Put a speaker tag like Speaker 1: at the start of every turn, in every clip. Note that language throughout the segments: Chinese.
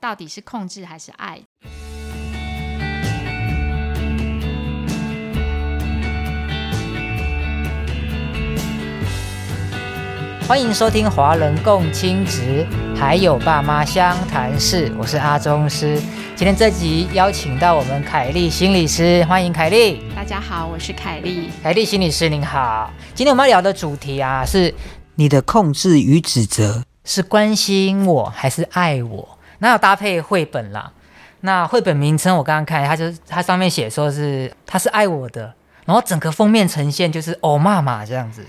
Speaker 1: 到底是控制还是爱？
Speaker 2: 欢迎收听《华人共亲职》，还有爸妈相谈室，我是阿宗师。今天这集邀请到我们凯丽心理师，欢迎凯丽。
Speaker 1: 大家好，我是凯莉。
Speaker 2: 凯丽心理师您好，今天我们要聊的主题啊是
Speaker 3: 你的控制与指责，
Speaker 2: 是关心我还是爱我？那要搭配绘本啦。那绘本名称我刚刚看，它就是它上面写说是它是爱我的，然后整个封面呈现就是哦妈妈这样子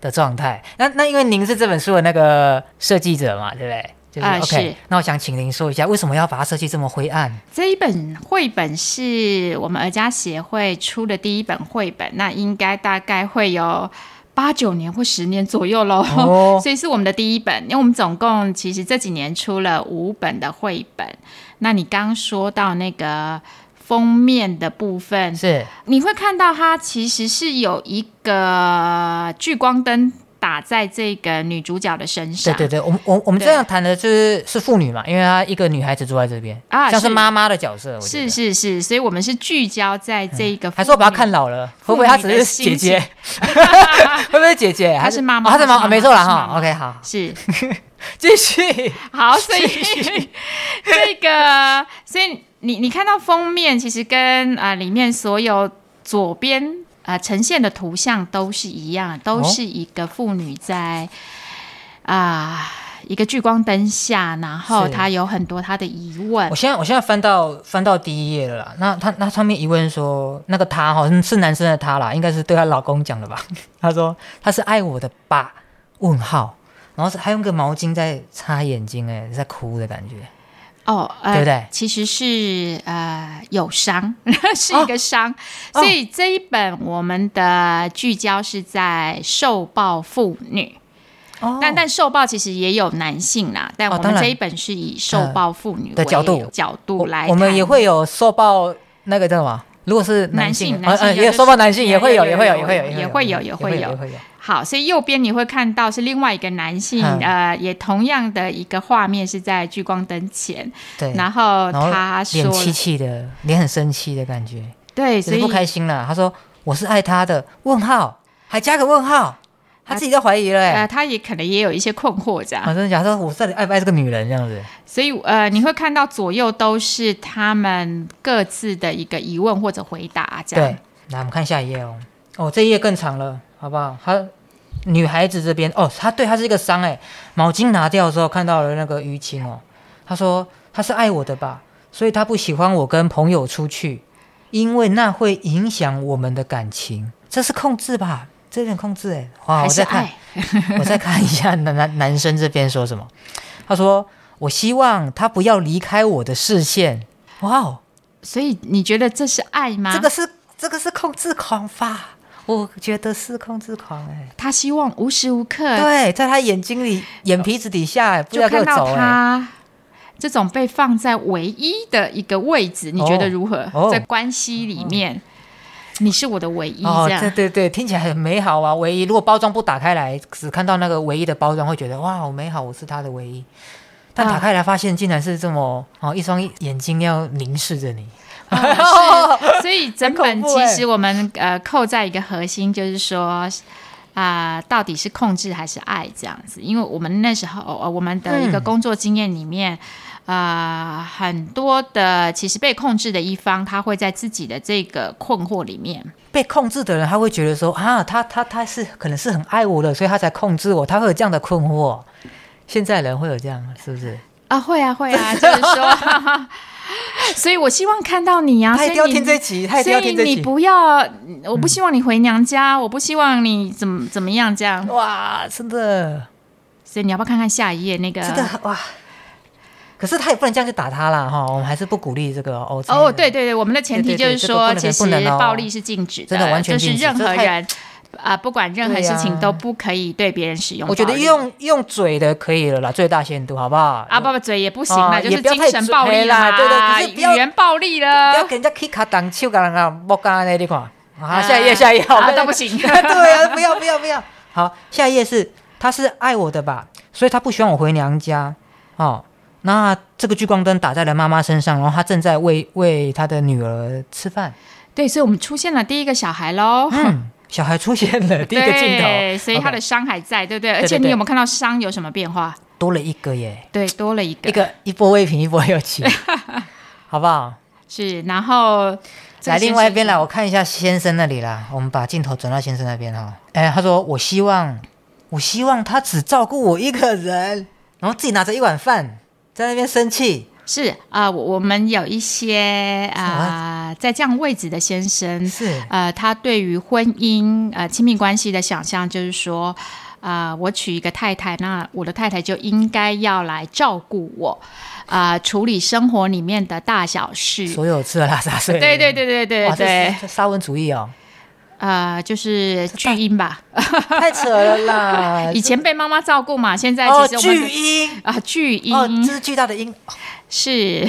Speaker 2: 的状态。那那因为您是这本书的那个设计者嘛，对不对？就是、
Speaker 1: 啊
Speaker 2: OK
Speaker 1: 是。
Speaker 2: 那我想请您说一下，为什么要把它设计这么灰暗？
Speaker 1: 这一本绘本是我们儿家协会出的第一本绘本，那应该大概会有八九年或十年左右喽。
Speaker 2: 哦
Speaker 1: 所以是我们的第一本，因为我们总共其实这几年出了五本的绘本。那你刚说到那个封面的部分，
Speaker 2: 是
Speaker 1: 你会看到它其实是有一个聚光灯打在这个女主角的身
Speaker 2: 对
Speaker 1: 上。
Speaker 2: 对对，我们我我们
Speaker 1: 对
Speaker 2: 这样谈的就是是妇女嘛，因为她一个女孩子坐在这边，
Speaker 1: 啊
Speaker 2: 像是
Speaker 1: 是
Speaker 2: 妈妈的角色，我觉得
Speaker 1: 是
Speaker 2: 嗯
Speaker 1: 是是，所以我们是聚焦在这个、
Speaker 2: 还是我把她看，老了，会不会她只是姐姐？ 会不会姐姐？
Speaker 1: 她是妈妈
Speaker 2: 哦她
Speaker 1: 她是
Speaker 2: 是妈
Speaker 1: 妈妈
Speaker 2: 妈，没错啦
Speaker 1: 她是妈
Speaker 2: 哈。
Speaker 1: 妈
Speaker 2: OK，好，
Speaker 1: 是
Speaker 2: 继续。
Speaker 1: 好，所以 这个，所以你你看到封面，其实跟啊、呃里面所有左边啊、呃呈现的图像都是一样，都
Speaker 2: 哦
Speaker 1: 是一个妇女在啊、一个聚光灯下，然后
Speaker 2: 是
Speaker 1: 她有很多她的疑问
Speaker 2: 我。现在我现在翻到翻到第一页了啦。那她那上面一问说，那个她哈是男生的她啦，应该是对她老公讲的吧？ 她说她是爱我的吧？问号。然后是还用个毛巾在擦眼睛、欸，哎，在哭的感觉。
Speaker 1: 哦，呃、
Speaker 2: 对不对
Speaker 1: 其实是呃有伤， 是一个伤，
Speaker 2: 哦
Speaker 1: 所以这一本我们的聚焦是在受暴妇女，
Speaker 2: 哦
Speaker 1: 但但受暴其实也有男性啦，但
Speaker 2: 哦
Speaker 1: 我们
Speaker 2: 当然
Speaker 1: 这一本是以受暴妇女
Speaker 2: 的
Speaker 1: 为
Speaker 2: 角度
Speaker 1: 角
Speaker 2: 我
Speaker 1: 度来
Speaker 2: 我们
Speaker 1: 谈
Speaker 2: 也会有受暴那个叫什么？如果是男性，
Speaker 1: 男性男性
Speaker 2: 呃
Speaker 1: 有
Speaker 2: 也有
Speaker 1: 就是
Speaker 2: 受暴男性，也会有，
Speaker 1: 有
Speaker 2: 也
Speaker 1: 有
Speaker 2: 会有，
Speaker 1: 有
Speaker 2: 也会有，
Speaker 1: 有有
Speaker 2: 也
Speaker 1: 也
Speaker 2: 会
Speaker 1: 会
Speaker 2: 有，
Speaker 1: 有
Speaker 2: 也会有。
Speaker 1: 好，所以右边你会看到是另外一个男性，
Speaker 2: 嗯
Speaker 1: 呃，也同样的一个画面是在聚光灯前，
Speaker 2: 对，
Speaker 1: 然后
Speaker 2: 然后
Speaker 1: 他说
Speaker 2: 脸气气的，脸很生气的感觉。
Speaker 1: 对，
Speaker 2: 只
Speaker 1: 所
Speaker 2: 是
Speaker 1: 以
Speaker 2: 不开心了。他说我是爱他的，问号，还加个问号，
Speaker 1: 啊
Speaker 2: 他自己在怀疑了、欸。
Speaker 1: 呃，他也可能也有一些困惑这样
Speaker 2: 啊，。真的假的？他说我到底爱不爱这个女人？这样子，
Speaker 1: 所以呃，你会看到左右都是他们各自的一个疑问或者回答，这样
Speaker 2: 对。来，我们看下一页哦。哦，这一页更长了，好不好？他女孩子这边，哦，她对她是一个伤哎、毛巾拿掉的时候看到了那个淤青哦。她说她是爱我的吧，所以她不喜欢我跟朋友出去，因为那会影响我们的感情。这是控制吧？这有点控制哎、哇，
Speaker 1: 还
Speaker 2: 我
Speaker 1: 是
Speaker 2: 在看，
Speaker 1: 爱
Speaker 2: 我再看一下男男男生这边说什么。他说：“我希望他不要离开我的视线。”哇哦，
Speaker 1: 所以你觉得这是爱吗？
Speaker 2: 这个是这个是控制狂吧？我觉得是控制狂哎、
Speaker 1: 他希望无时无刻
Speaker 2: 对，在他眼睛里、眼皮子底下、不
Speaker 1: 就
Speaker 2: 要给
Speaker 1: 看
Speaker 2: 我
Speaker 1: 到
Speaker 2: 走哎、
Speaker 1: 他这种被放在唯一的一个位置，你觉得如何？
Speaker 2: 哦
Speaker 1: 在关系里面，你是我的唯一，
Speaker 2: 哦
Speaker 1: 这，样、
Speaker 2: 对对对，听起来很美好啊！唯一，如果包装不打开来，只看到那个唯一的包装，会觉得哇，好美好，我是他的唯一。但打开来发现，竟然是这么哦，一双眼睛要凝视着你。
Speaker 1: 哦是所以整
Speaker 2: 很
Speaker 1: 本
Speaker 2: 恐怖欸
Speaker 1: 其实我们呃扣在一个核心，就是说啊、到底是控制还是爱这样子？因为我们那时候呃我们的一个
Speaker 2: 嗯
Speaker 1: 工作经验里面。啊、很多的其实被控制的一方，他会在自己的这个困惑里面，
Speaker 2: 被控制的人，他会觉得说啊，他他他是可能是很爱我的，所以他才控制我，他会有这样的困惑。现在人会有这样，是不是？
Speaker 1: 啊，会啊，会 啊，就是 说， 所以我希望看到你啊，
Speaker 2: 他
Speaker 1: 所
Speaker 2: 一
Speaker 1: 以
Speaker 2: 定要
Speaker 1: 你
Speaker 2: 听这集，他一定
Speaker 1: 所
Speaker 2: 要
Speaker 1: 以
Speaker 2: 听这
Speaker 1: 你
Speaker 2: 集。嗯
Speaker 1: 不要，我不希望你回娘家，我不希望你怎么怎么样这样，
Speaker 2: 哇，真的，
Speaker 1: 所以你要不要看看下一页那个？
Speaker 2: 真的哇！可是他也不能这样去打他啦，哈，我们还是不鼓励这个哦。这
Speaker 1: 哦，
Speaker 2: 个
Speaker 1: 对对对，我们的前提
Speaker 2: 对
Speaker 1: 就
Speaker 2: 对
Speaker 1: 是说，
Speaker 2: 这个
Speaker 1: 其
Speaker 2: 不
Speaker 1: 实
Speaker 2: 能不能哦
Speaker 1: 暴力是禁止
Speaker 2: 真的完全
Speaker 1: 就是
Speaker 2: 禁止
Speaker 1: 任
Speaker 2: 这
Speaker 1: 何
Speaker 2: 太
Speaker 1: 人啊，不管任何
Speaker 2: 对呀
Speaker 1: 事情都不可以对别人使用暴
Speaker 2: 我
Speaker 1: 力。
Speaker 2: 觉得用用嘴的可以了啦，最大限度，好不好？
Speaker 1: 啊，不不，嘴也不行啦，
Speaker 2: 哦
Speaker 1: 就
Speaker 2: 也
Speaker 1: 是
Speaker 2: 不要
Speaker 1: 精
Speaker 2: 太
Speaker 1: 神
Speaker 2: 嘴
Speaker 1: 暴力啦，
Speaker 2: 啦对对可是不要
Speaker 1: 语言暴力
Speaker 2: 不
Speaker 1: 了
Speaker 2: 要，给人家 kick 卡挡手，给人家摸干那地方。好，
Speaker 1: 啊
Speaker 2: 下一页，下一页，我
Speaker 1: 啊
Speaker 2: 们
Speaker 1: 都不行
Speaker 2: 对啊，不要不要不要。好，下一页是他是爱我的吧，所以他不喜欢我回娘家哦。那这个聚光灯打在了妈妈身上，然后她正在喂喂她的女儿吃饭。
Speaker 1: 对，所以我们出现了第一个小孩喽。
Speaker 2: 嗯，小孩出现了 第一个镜
Speaker 1: 对
Speaker 2: 头，
Speaker 1: 所以他的
Speaker 2: OK，
Speaker 1: 伤还在，对不对？而
Speaker 2: 对
Speaker 1: 且
Speaker 2: 对
Speaker 1: 你有没有看到伤有什么变化？
Speaker 2: 多了一个耶，
Speaker 1: 对，多了一个，
Speaker 2: 一个一波未平一波又 起，好不好？
Speaker 1: 是，然后这个
Speaker 2: 来
Speaker 1: 先
Speaker 2: 另外一边
Speaker 1: 生
Speaker 2: 来，我看一下先生那里啦。我们把镜头转到先生那边哈。哎，他说：“我希望，我希望他只照顾我一个人，然后自己拿着一碗饭在那边生气。
Speaker 1: 是啊、我我们有一些啊、在这样位置的先生，
Speaker 2: 是
Speaker 1: 呃，他对于婚姻呃亲密关系的想象就是说。啊、我娶一个太太，那我的太太就应该要来照顾我，啊、处理生活里面的大小事。
Speaker 2: 所有吃喝拉撒睡。”
Speaker 1: 对对对对对
Speaker 2: 哇，这
Speaker 1: 对
Speaker 2: 是，这沙文主义哦，
Speaker 1: 呃，就是巨婴吧，！
Speaker 2: 太扯了啦
Speaker 1: 以前被妈妈照顾嘛，现在
Speaker 2: 呃哦，
Speaker 1: 其实我们
Speaker 2: 巨婴
Speaker 1: 啊、巨婴、
Speaker 2: 哦，这是巨大的婴。哦
Speaker 1: 是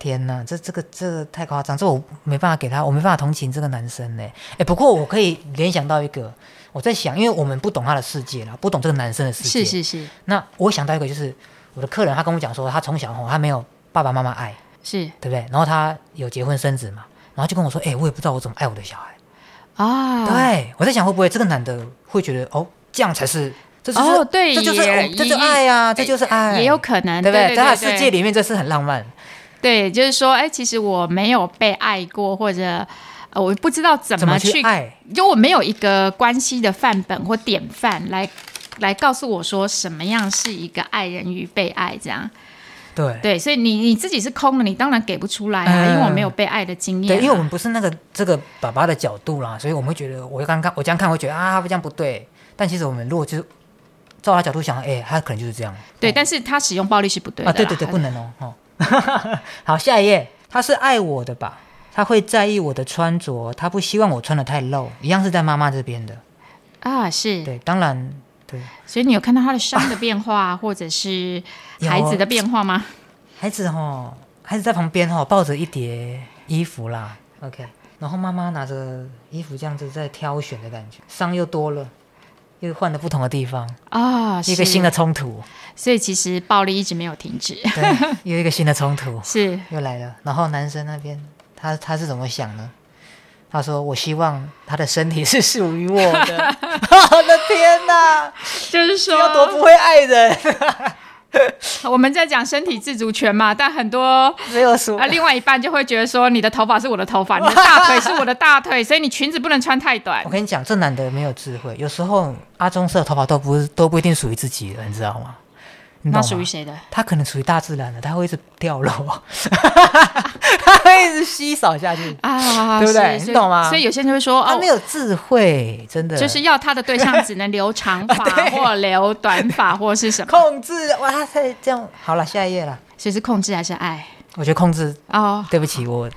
Speaker 2: 天呐，这这个这个太夸张，这我没办法给他，我没办法同情这个男生呢。哎，不过我可以联想到一个，我在想，因为我们不懂他的世界啦，不懂这个男生的世
Speaker 1: 是
Speaker 2: 界。
Speaker 1: 是是
Speaker 2: 那我想到一个，就是我的客人，他跟我讲说，他从小吼他没有爸爸妈妈爱，
Speaker 1: 是
Speaker 2: 对不对？然后他有结婚生子嘛，然后就跟我说，哎、我也不知道我怎么爱我的小孩。
Speaker 1: 啊，
Speaker 2: 对我在想，会不会这个男的会觉得，哦，这样才是，这就是、
Speaker 1: 哦对
Speaker 2: 这就是、
Speaker 1: 耶
Speaker 2: 哦这就是爱啊，这就是爱，
Speaker 1: 也有可能，
Speaker 2: 对不
Speaker 1: 对？
Speaker 2: 在他的
Speaker 1: 对
Speaker 2: 世界，里面，这是很浪漫。
Speaker 1: 对，就是说，哎，其实我没有被爱过，或者。呃我不知道怎
Speaker 2: 怎么
Speaker 1: 去
Speaker 2: 去爱
Speaker 1: 就我没有一个关系的范本或典范来来告诉我说什么样是一个爱人与被爱这样。
Speaker 2: 对
Speaker 1: 对，所以你你自己是空的，你当然给不出来啊，
Speaker 2: 嗯
Speaker 1: 因为我没有被爱的经验啊、
Speaker 2: 对，因为我们不是那个这个爸爸的角度啦，所以我们会觉得，我刚看我这样看，会觉得啊，这样不对。但其实我们如果就是照他角度想，哎、他可能就是这样。
Speaker 1: 对，但是他使用暴力是不对的
Speaker 2: 啊，
Speaker 1: 啦
Speaker 2: 对对对，不能哦。哦 好，下一页，他是爱我的吧？他会在意我的穿着，他不希望我穿的太露，一样是在妈妈这边的。
Speaker 1: 啊，是。
Speaker 2: 对，当然，对
Speaker 1: 所以你有看到他的伤的变 化，或者是孩子的变化吗？
Speaker 2: 孩子哈，孩子在旁边哈，抱着一叠衣服啦，OK，然后妈妈拿着衣服这样子在挑选的感觉，伤又多了，又换了不同的地方，
Speaker 1: 啊，
Speaker 2: 一
Speaker 1: 是
Speaker 2: 个新的。冲突，
Speaker 1: 所以其实暴力一直没有停止，
Speaker 2: 对， 又一个新的冲突。
Speaker 1: 是
Speaker 2: 又来了。然后男生那边，他他是怎么想呢？他说：“我希望他的身体是属于我的。” 啊我的天哪，
Speaker 1: 就是
Speaker 2: 这要多
Speaker 1: 说
Speaker 2: 不会爱人，
Speaker 1: 我们在讲身体自主权嘛，但很多
Speaker 2: 没有说
Speaker 1: 啊，另外一半就会觉得说你的头发是我的头发，你的大腿是我的大腿，所以你裙子不能穿太短
Speaker 2: 我。跟你讲，这男的没有智慧。有时候阿中色的头发都不是都不一定属于自己的，你知道吗？你懂
Speaker 1: 那
Speaker 2: 吗
Speaker 1: 属于谁的？
Speaker 2: 他可能属于大自然的，他会一直掉落， 他会一直稀少下去。
Speaker 1: 啊，
Speaker 2: 对不
Speaker 1: 是
Speaker 2: 对你
Speaker 1: 所以
Speaker 2: 懂吗
Speaker 1: 所以有些人就会说
Speaker 2: 他
Speaker 1: 哦
Speaker 2: 没。有智慧，真的
Speaker 1: 就是要他的对象只能留长 发或留短发或是什么，
Speaker 2: 控制哇！他才这样好了，下一页了。
Speaker 1: 所以是控制还是爱？
Speaker 2: 我觉得控制，
Speaker 1: 哦，
Speaker 2: 对不起，我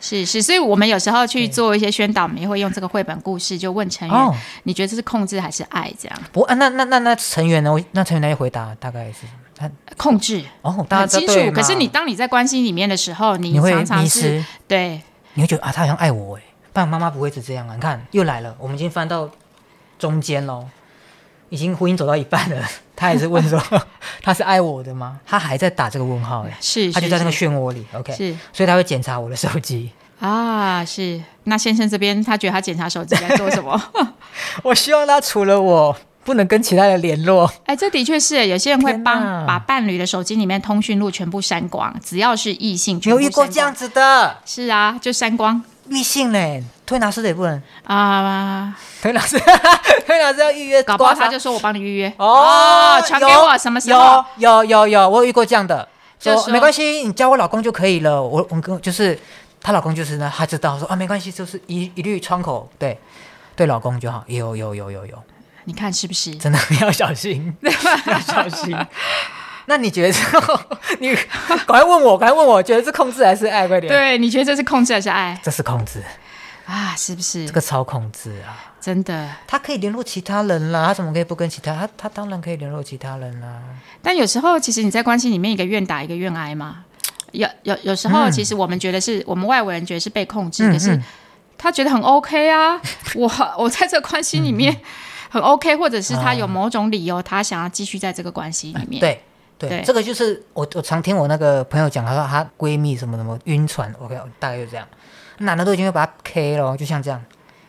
Speaker 1: 是是，所以我们有时候去做一些宣导，我们也会用这个绘本故事，就问成员、
Speaker 2: 哦
Speaker 1: 你觉得这是控制还是爱？这样
Speaker 2: 不啊，那那那那成员呢？我那成员来回答大概是他
Speaker 1: 控制
Speaker 2: 哦，大
Speaker 1: 很
Speaker 2: 家
Speaker 1: 清
Speaker 2: 都对
Speaker 1: 楚。
Speaker 2: 嘛
Speaker 1: 呃可是你当你在关系里面的时候，你
Speaker 2: 你会
Speaker 1: 常常
Speaker 2: 迷
Speaker 1: 是
Speaker 2: 失，
Speaker 1: 对
Speaker 2: 你会觉得啊，他好像爱我哎，爸爸妈妈不会是这样啊。你看又来了，我们已经翻到中间喽，已经婚姻走到一半了，他还是问 说他是爱我的吗？他还在打这个问号哎，
Speaker 1: 是，
Speaker 2: 他就是在那个
Speaker 1: 是
Speaker 2: 漩涡里，OK，
Speaker 1: 是
Speaker 2: 所以他会检查我的手机，
Speaker 1: 啊，是。那先生这边他觉得他检查手机在做什 么？
Speaker 2: 我希望他除了我不能跟其他人联络，
Speaker 1: 哎，这的确是有些人会
Speaker 2: 天
Speaker 1: 帮
Speaker 2: 哪
Speaker 1: 把伴侣的手机里面通讯录全部删光，只要是异性
Speaker 2: 你
Speaker 1: 全部
Speaker 2: 有遇过
Speaker 1: 删
Speaker 2: 这样
Speaker 1: 光？
Speaker 2: 子的
Speaker 1: 是啊，就删光
Speaker 2: 异性嘞，推拿师的也不能，
Speaker 1: 啊、
Speaker 2: 推拿师 推拿师要预约
Speaker 1: 搞
Speaker 2: 刮痧，
Speaker 1: 不好他就说我帮你预约
Speaker 2: 哦，
Speaker 1: 传给
Speaker 2: 有
Speaker 1: 我什么时候？？
Speaker 2: 有有有有，我有遇过这样的，
Speaker 1: 就
Speaker 2: 说
Speaker 1: 说
Speaker 2: 没关系，你教我老公就可以了。我我跟就是她老公就是呢，他知道说啊，没关系，就是一一律窗口对对老公就好。有有有有有，
Speaker 1: 你看是不是？
Speaker 2: 真的要小 心，要小心。那你觉得这种 你赶快问我，赶快问我，觉得是控制还是爱？快点，，
Speaker 1: 对，你觉得这是控制还是爱
Speaker 2: 这是控制，
Speaker 1: 啊？是不是
Speaker 2: 这？个超控制啊！
Speaker 1: 真的，
Speaker 2: 他可以联络其他人啦，他怎么可以不跟其他？他他当然可以联络其他人啦。
Speaker 1: 但有时候其实你在关系里面，一个愿打一个愿挨嘛。有有有时候，
Speaker 2: 嗯
Speaker 1: 其实我们觉得是、我们外国人觉得是被控制，
Speaker 2: 嗯
Speaker 1: 可是
Speaker 2: 嗯
Speaker 1: 他觉得很 OK 啊。我我在这关
Speaker 2: 嗯
Speaker 1: 系里面很 OK，或者是他有某种理由，他想要继续在这个关系里面。
Speaker 2: 啊对，对，
Speaker 1: 对
Speaker 2: 这个就是我我常听我那个朋友讲，她说她闺蜜什么什么晕船，OK，大概就这样。男的都已经会把她 K 了，就像这样，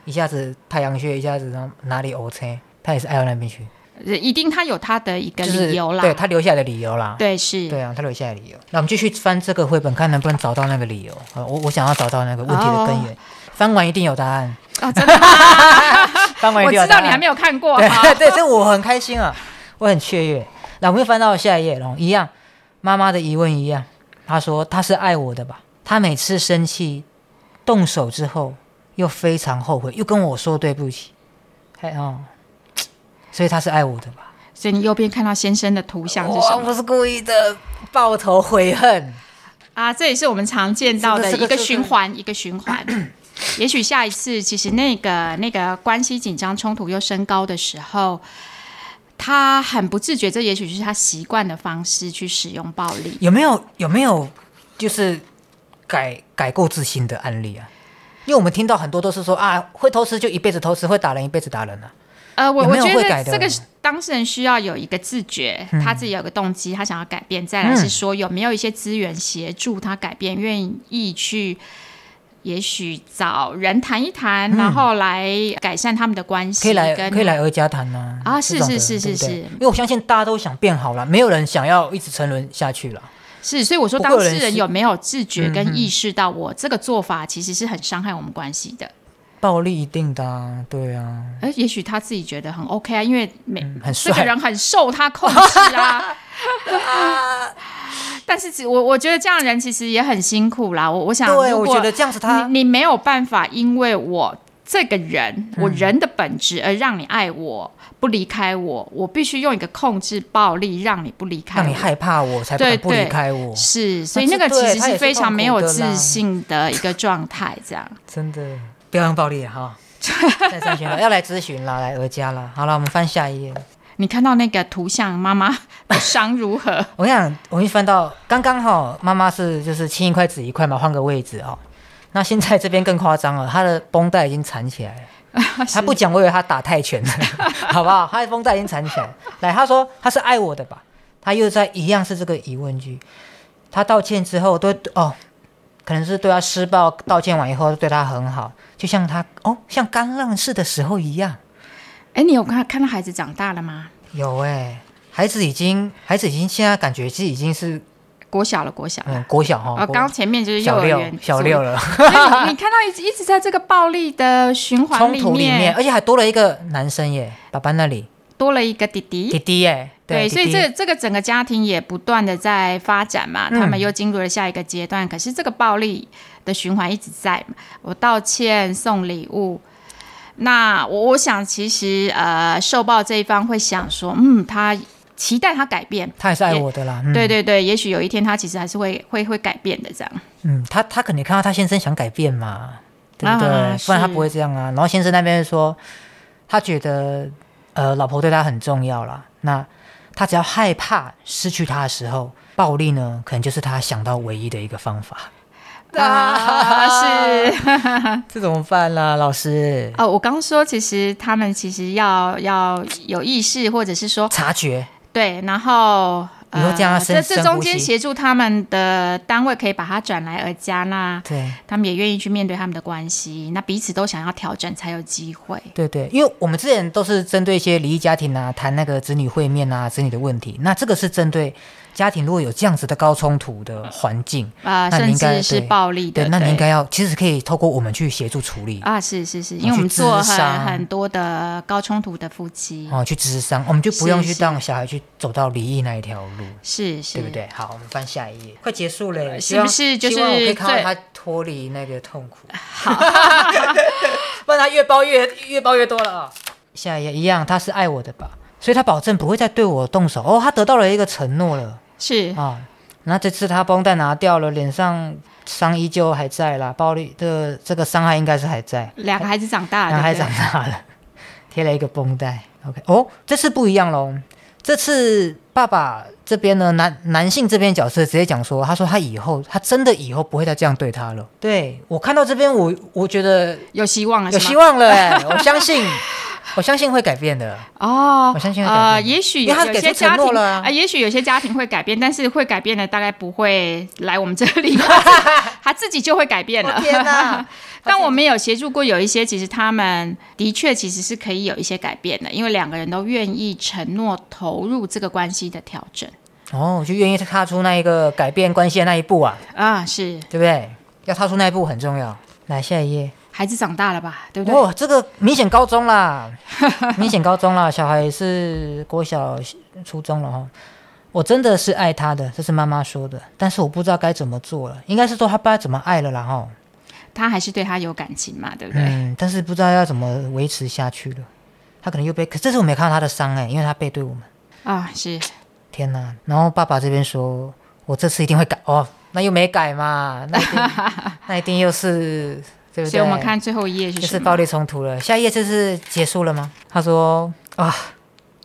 Speaker 2: 一下子太阳穴，一下子然后哪里 O C，他也是爱到那边去，
Speaker 1: 呃一定他有他的一个
Speaker 2: 就是
Speaker 1: 理由啦。
Speaker 2: 对他留下来的理由啦。
Speaker 1: 对是
Speaker 2: 对啊，他留下来的理由。那我们继续翻这个绘本，看能不能找到那个理由。呃我我想要找到那个问题的根源，翻完一定有答案。
Speaker 1: 哦，真的吗？
Speaker 2: 翻完一
Speaker 1: 我
Speaker 2: 定有
Speaker 1: 知道
Speaker 2: 答案。
Speaker 1: 你还没有看过哈。
Speaker 2: 对 对，所以我很开心啊，我很雀跃。那我们又翻到下一页，然后一样，妈妈的疑问一样，她说她是爱我的吧？她每次生气动手之后，又非常后悔，又跟我说对不起，还哦，所以她是爱我的吧？
Speaker 1: 所以你右边看到先生的图像是什
Speaker 2: 我
Speaker 1: 么
Speaker 2: 不是故意的，抱头悔恨。
Speaker 1: 啊？这也是我们常见到的
Speaker 2: 这个这个
Speaker 1: 一个
Speaker 2: 这个
Speaker 1: 循环，一个循环。 也许下一次，其实那个那个关系紧张冲突又升高的时候，他很不自觉，这也许是他习惯的方式去使用暴力。
Speaker 2: 有没有有没有就是改改过自新的案例啊？因为我们听到很多都是说啊，会偷吃就一辈子偷吃，会打人一辈子打人啊。
Speaker 1: 呃，我
Speaker 2: 有
Speaker 1: 我
Speaker 2: 没有
Speaker 1: 觉
Speaker 2: 会改
Speaker 1: 得
Speaker 2: 的嗯
Speaker 1: 这个是当事人需要有一个自觉，他自己有个动机，他想要改变。再来是说有没有一些资源协助他改变，愿意去，也许找人谈一谈，然后来改善他们的关系。
Speaker 2: 嗯可以来
Speaker 1: 跟
Speaker 2: 可以来儿家谈呐、
Speaker 1: 啊
Speaker 2: 这种的
Speaker 1: 是是
Speaker 2: 对不
Speaker 1: 是
Speaker 2: 对
Speaker 1: 是
Speaker 2: 因为我相信大家都想变好了，没有人想要一直沉沦下去了。
Speaker 1: 是，所以我说
Speaker 2: 不过
Speaker 1: 当
Speaker 2: 有人
Speaker 1: 事人
Speaker 2: 是嗯
Speaker 1: 有没有自觉跟意识到我这个做法其实是很伤害我们关系的？
Speaker 2: 暴力一定的、啊，对啊，
Speaker 1: 而也许他自己觉得很 OK 啊，因为每、
Speaker 2: 嗯很
Speaker 1: 这个
Speaker 2: 帅
Speaker 1: 人很受他控制 啊。但是其，我我觉得这样人其实也很辛苦啦。我我想，
Speaker 2: 对，
Speaker 1: 如
Speaker 2: 我
Speaker 1: 果
Speaker 2: 觉得这样子他
Speaker 1: 你你没有办法，因为我这个人，
Speaker 2: 嗯
Speaker 1: 我人的本质而让你爱我，不离开我，我必须用一个控制暴力让你不离开
Speaker 2: 让你
Speaker 1: 我。
Speaker 2: 害怕我，才不敢
Speaker 1: 对
Speaker 2: 不离
Speaker 1: 对
Speaker 2: 开我，
Speaker 1: 是，所以
Speaker 2: 那
Speaker 1: 那个
Speaker 2: 这
Speaker 1: 其
Speaker 2: 对
Speaker 1: 实
Speaker 2: 他也
Speaker 1: 是
Speaker 2: 是
Speaker 1: 非常
Speaker 2: 痛苦
Speaker 1: 没有
Speaker 2: 的啦
Speaker 1: 自信的一个状态，这样。
Speaker 2: 真的不要用暴力了 哈。再三询了，要来咨询啦，来儿家啦。好了，我们翻下一页。
Speaker 1: 你看到那个图像，妈妈的伤如何？
Speaker 2: 我跟你讲，我一翻到刚刚哈，妈妈是就是青一块紫一块嘛，换个位置哦。那现在这边更夸张了，她的绷带已经缠起来了。他不讲，我以为他打泰拳 了，好不好？他的绷带已经缠起来。来，他说他是爱我的吧？他又在一样是这个疑问句。他道歉之后都哦，可能是对他施暴，道歉完以后对他很好，就像他哦，像刚认识的时候一样。
Speaker 1: 哎，你有看看到孩子长大了吗？
Speaker 2: 有哎、孩子已经，孩子已经现在感觉自己已经是
Speaker 1: 国小了，国小了。
Speaker 2: 嗯国小哈，
Speaker 1: 啊，
Speaker 2: 国
Speaker 1: 刚前面就是幼
Speaker 2: 小
Speaker 1: 儿
Speaker 2: 六
Speaker 1: 园，
Speaker 2: 小六了，
Speaker 1: 所以你看到一直一直在这个暴力的循环
Speaker 2: 冲
Speaker 1: 里
Speaker 2: 突里面，
Speaker 1: 面，
Speaker 2: 而且还多了一个男生耶，爸爸那里
Speaker 1: 多了一个弟弟。
Speaker 2: 弟弟耶，
Speaker 1: 对，
Speaker 2: 弟
Speaker 1: 所以
Speaker 2: 弟
Speaker 1: 这这个整个家庭也不断的在发展嘛，
Speaker 2: 嗯
Speaker 1: 他们又进入了下一个阶段。可是这个暴力的循环一直在嘛，我道歉、送礼物。那我我想，其实呃，受暴这一方会想说，嗯，他期待他改变，
Speaker 2: 他也是爱我的啦，嗯、
Speaker 1: 对对对，也许有一天他其实还是会会会改变的，这 样。
Speaker 2: 嗯，他他肯定看到他先生想改变嘛，对不对？
Speaker 1: 啊
Speaker 2: 不然他
Speaker 1: 是
Speaker 2: 不会这样啊。然后先生那边说，他觉得呃老婆对他很重要啦，那他只要害怕失去他的时候，暴力呢可能就是他想到唯一的一个方法。
Speaker 1: 啊，是
Speaker 2: 这怎么办啦，老师？
Speaker 1: 哦，我刚说，其实他们其实要要有意识，或者是说
Speaker 2: 察觉，
Speaker 1: 对，然后呃
Speaker 2: 你说这样深
Speaker 1: 这这
Speaker 2: 深
Speaker 1: 中
Speaker 2: 呼
Speaker 1: 间
Speaker 2: 吸
Speaker 1: 协助他们的单位可以把它转来而加那
Speaker 2: 对
Speaker 1: 他们也愿意去面对他们的关系，那彼此都想要调整才有机会。
Speaker 2: 对对，因为我们之前都是针对一些离异家庭啊，谈那个子女会面啊，子女的问题。那这个是针对家庭，如果有这样子的高冲突的环境，
Speaker 1: 啊、
Speaker 2: 那你
Speaker 1: 甚
Speaker 2: 应该
Speaker 1: 至是
Speaker 2: 对
Speaker 1: 暴力的，
Speaker 2: 对，那你应该要其实可以透过我们去协助处理。
Speaker 1: 啊，是是是，因
Speaker 2: 去
Speaker 1: 为我们做
Speaker 2: 咨商
Speaker 1: 很很多的高冲突的夫妻，
Speaker 2: 哦，去智商，我们就不用
Speaker 1: 是
Speaker 2: 去
Speaker 1: 是
Speaker 2: 让小孩去走到离异那一条路，
Speaker 1: 是是，
Speaker 2: 对不？对？好，我们翻下一页，快结束了，
Speaker 1: 呃是
Speaker 2: 希望
Speaker 1: 不是就是
Speaker 2: 希望我可以看
Speaker 1: 最
Speaker 2: 到他脱离那个痛苦？好， 不然他越包越越包越多了啊、下一页一样，他是爱我的吧，所以他保证不会再对我动手。哦，他得到了一个承诺了
Speaker 1: 是
Speaker 2: 啊、那这次他绷带拿掉了，脸上伤依旧还在啦，暴力的这个伤害应该是还在。
Speaker 1: 两个孩子长大了，
Speaker 2: 男孩
Speaker 1: 对不
Speaker 2: 长大了， 贴了一个绷带。OK，哦，这次不一样喽。这次爸爸这边呢，男男性这边角色直接讲说，他说他以后他真的以后不会再这样对他了。对我看到这边，我我觉得
Speaker 1: 对有希望了，
Speaker 2: 有
Speaker 1: 是吗
Speaker 2: 希望了、哎，我相信。我相信会改变 的。
Speaker 1: 哦，
Speaker 2: 我相信会改变
Speaker 1: 呃，也许
Speaker 2: 因为他
Speaker 1: 有
Speaker 2: 给
Speaker 1: 些
Speaker 2: 出承
Speaker 1: 家
Speaker 2: 诺
Speaker 1: 庭
Speaker 2: 了啊
Speaker 1: 呃也许有些家庭会改变，但是会改变的大概不会来我们这里， 他自他自己就会改变了
Speaker 2: 我。哦 天哪！
Speaker 1: 但我们有协助过有一些，其实他们的确其实是可以有一些改变的，因为两个人都愿意承诺投入这个关系的调整
Speaker 2: 哦，就愿意踏出那一个改变关系的那一步啊，
Speaker 1: 啊，是
Speaker 2: 对不对？要踏出那一步很重要。来下一页。
Speaker 1: 孩子长大了吧，对不对？
Speaker 2: 哦，这个明显高中啦， 明显高中啦，小孩也是国小、初中了哈。我真的是爱他的，这是妈妈说的，但是我不知道该怎么做了，应该是说他不知道怎么爱了啦哈。
Speaker 1: 他还是对他有感情嘛，对不对？
Speaker 2: 嗯，但是不知道要怎么维持下去了。他可能又被，可这次我没看到他的伤哎、因为他背对我们。
Speaker 1: 啊，是
Speaker 2: 天哪！然后爸爸这边说，我这次一定会改哦，那又没改嘛，那一定 那一定又是对不对？
Speaker 1: 所以我们看最后一页是
Speaker 2: 就是
Speaker 1: 什
Speaker 2: 暴
Speaker 1: 么？
Speaker 2: 力冲突了。下一页这是结束了吗？他说啊，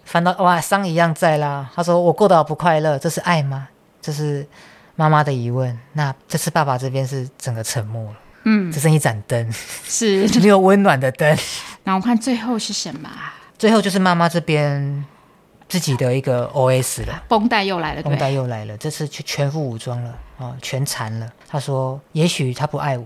Speaker 2: 翻到哇，伤一样在啦。他说我过得好不快乐，这是爱吗？这是妈妈的疑问。那这次爸爸这边是整个沉默了，
Speaker 1: 嗯，
Speaker 2: 只剩一盏灯，
Speaker 1: 是。
Speaker 2: 没有温暖的灯。
Speaker 1: 然后我们看最后是什么啊？
Speaker 2: 最后就是妈妈这边自己的一个 OS 了。
Speaker 1: 绷带又来了，
Speaker 2: 绷
Speaker 1: 对，
Speaker 2: 带又来了，这次去全副武装了啊、全残了。他说：“也许他不爱我，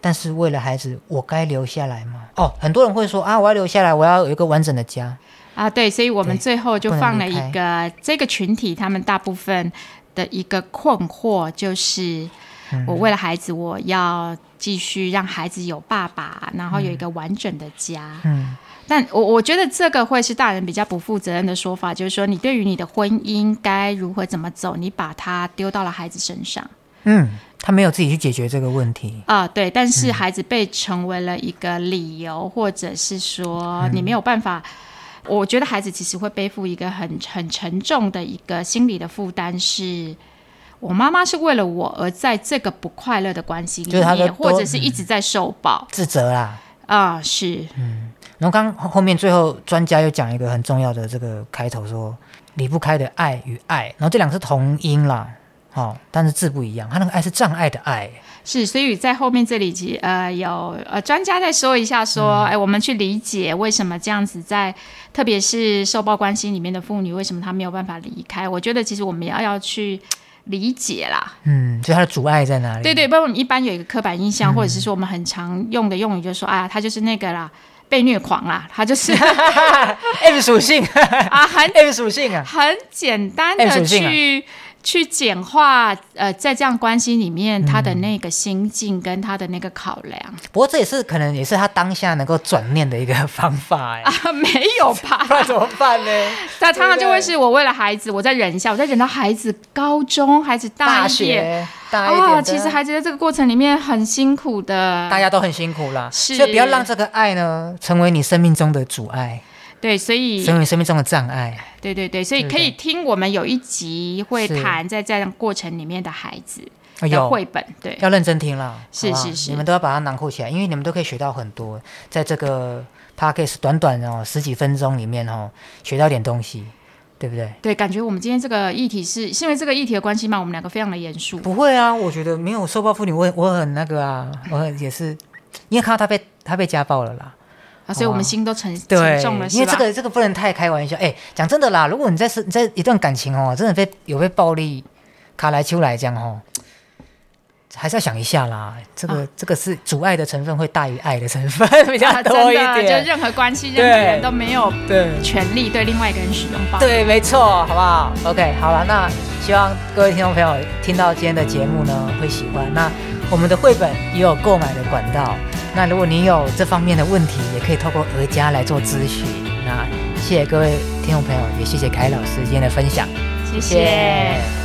Speaker 2: 但是为了孩子，我该留下来吗？”哦，很多人会说啊，我要留下来，我要有一个完整的家。
Speaker 1: 啊，对，所以我们
Speaker 2: 对
Speaker 1: 最后就
Speaker 2: 不能
Speaker 1: 放了
Speaker 2: 离
Speaker 1: 一个这个群体，他们大部分的一个困惑就是，
Speaker 2: 嗯
Speaker 1: 我为了孩子，我要继续让孩子有爸爸，然后有一个完整的家。
Speaker 2: 嗯，
Speaker 1: 但我我觉得这个会是大人比较不负责任的说法，就是说你对于你的婚姻该如何怎么走，你把它丢到了孩子身上。
Speaker 2: 嗯，他没有自己去解决这个问题。
Speaker 1: 啊，对，但
Speaker 2: 嗯
Speaker 1: 是孩子被成为了一个理由，或者是
Speaker 2: 嗯
Speaker 1: 说你没有办法。我觉得孩子其实会背负一个很很沉重的一个心理的负担是。我妈妈是为了我而在这个不快乐的关系里
Speaker 2: 就是她在
Speaker 1: 面，或
Speaker 2: 多
Speaker 1: 者是一直在受报
Speaker 2: 自责啦。
Speaker 1: 啊、是
Speaker 2: 然后刚后后面最后专家又讲一个很重要的这个开头说离不开的爱与爱，然后这两个是同音啦，好、但是字不一样。他那个爱是障碍的爱，
Speaker 1: 是，所以在后面这里，其呃有呃专家再说一下说，
Speaker 2: 嗯
Speaker 1: 哎、我们去理解为什么这样子在，特别是受暴关系里面的妇女，为什么她没有办法离开？我觉得其实我们也要要去理解啦，
Speaker 2: 嗯，就它的阻碍在哪里？
Speaker 1: 对对，不然我们一般有一个刻板印象，或者是说我们很常用的用语，就是说，哎呀，她就是那个啦，被虐狂啦，她就是
Speaker 2: ，M 属性
Speaker 1: 啊，很
Speaker 2: ，M 属性啊，
Speaker 1: 很简单
Speaker 2: 哎
Speaker 1: 的
Speaker 2: 属性啊
Speaker 1: 去、去简化，呃，在这样关系里
Speaker 2: 嗯
Speaker 1: 面，她的那个心境跟她的那个考量。
Speaker 2: 不过这也是可能也是他当下能够转念的一个方法、哎，
Speaker 1: 啊，没有
Speaker 2: 不
Speaker 1: 吧？
Speaker 2: 然怎么办呢？
Speaker 1: 那常常就会是我为了孩子，我再忍一下，我再忍到孩子高中，孩子 大
Speaker 2: 大
Speaker 1: 一点
Speaker 2: 学大一点
Speaker 1: 啊。
Speaker 2: 的
Speaker 1: 其实孩子在这个过程里面很辛苦的，
Speaker 2: 大家都很辛苦啦，
Speaker 1: 是
Speaker 2: 所以不要让这个爱呢成为你生命中的阻碍，
Speaker 1: 对，所以
Speaker 2: 成为你生命中的障碍。
Speaker 1: 对对对，所以
Speaker 2: 对
Speaker 1: 可以听我们有一集会
Speaker 2: 是
Speaker 1: 谈在这样过程里面的孩子
Speaker 2: 哎
Speaker 1: 的
Speaker 2: 呦，
Speaker 1: 绘本，对，
Speaker 2: 要认真听啦，
Speaker 1: 是
Speaker 2: 好不好
Speaker 1: 是是
Speaker 2: 你们都要把它囊括起来，因为你们都可以学到很多，在这个 podcast 短短哦十几分钟里面哦，学到点东西，对不对？
Speaker 1: 对，感觉我们今天这个议题是是因为这个议题的关系吗？我们两个非常的严肃，
Speaker 2: 不会啊，我觉得没有受暴妇女，我我很那个啊，我很也是，因为看到她被她被家暴了啦，
Speaker 1: 啊，所以我们
Speaker 2: 哇
Speaker 1: 心都沉
Speaker 2: 对
Speaker 1: 沉重了，，
Speaker 2: 因
Speaker 1: 是
Speaker 2: 为
Speaker 1: 吧？
Speaker 2: 这 个这个不能太开玩笑。哎，讲真的啦，如果你在是你在一段感情哦，真的被有被暴力卡来丘来这样哦，还是要想一下啦。这个、这个是阻碍的成分会大于爱的成分比较
Speaker 1: 啊，真
Speaker 2: 多一
Speaker 1: 的，就
Speaker 2: 点。
Speaker 1: 任何关系，任何人
Speaker 2: 对
Speaker 1: 都没有
Speaker 2: 对
Speaker 1: 权利对另外一个人使用暴力。
Speaker 2: 对，没错，好不好？OK，好了，那希望各位听众朋友听到今天的节目呢会喜欢。那我们的绘本也有购买的管道。那如果您有这方面的问题，也可以透过儿家来做咨询。那谢谢各位听众朋友，也谢谢凯老师今天的分享。
Speaker 1: 谢
Speaker 2: 谢谢
Speaker 1: 谢。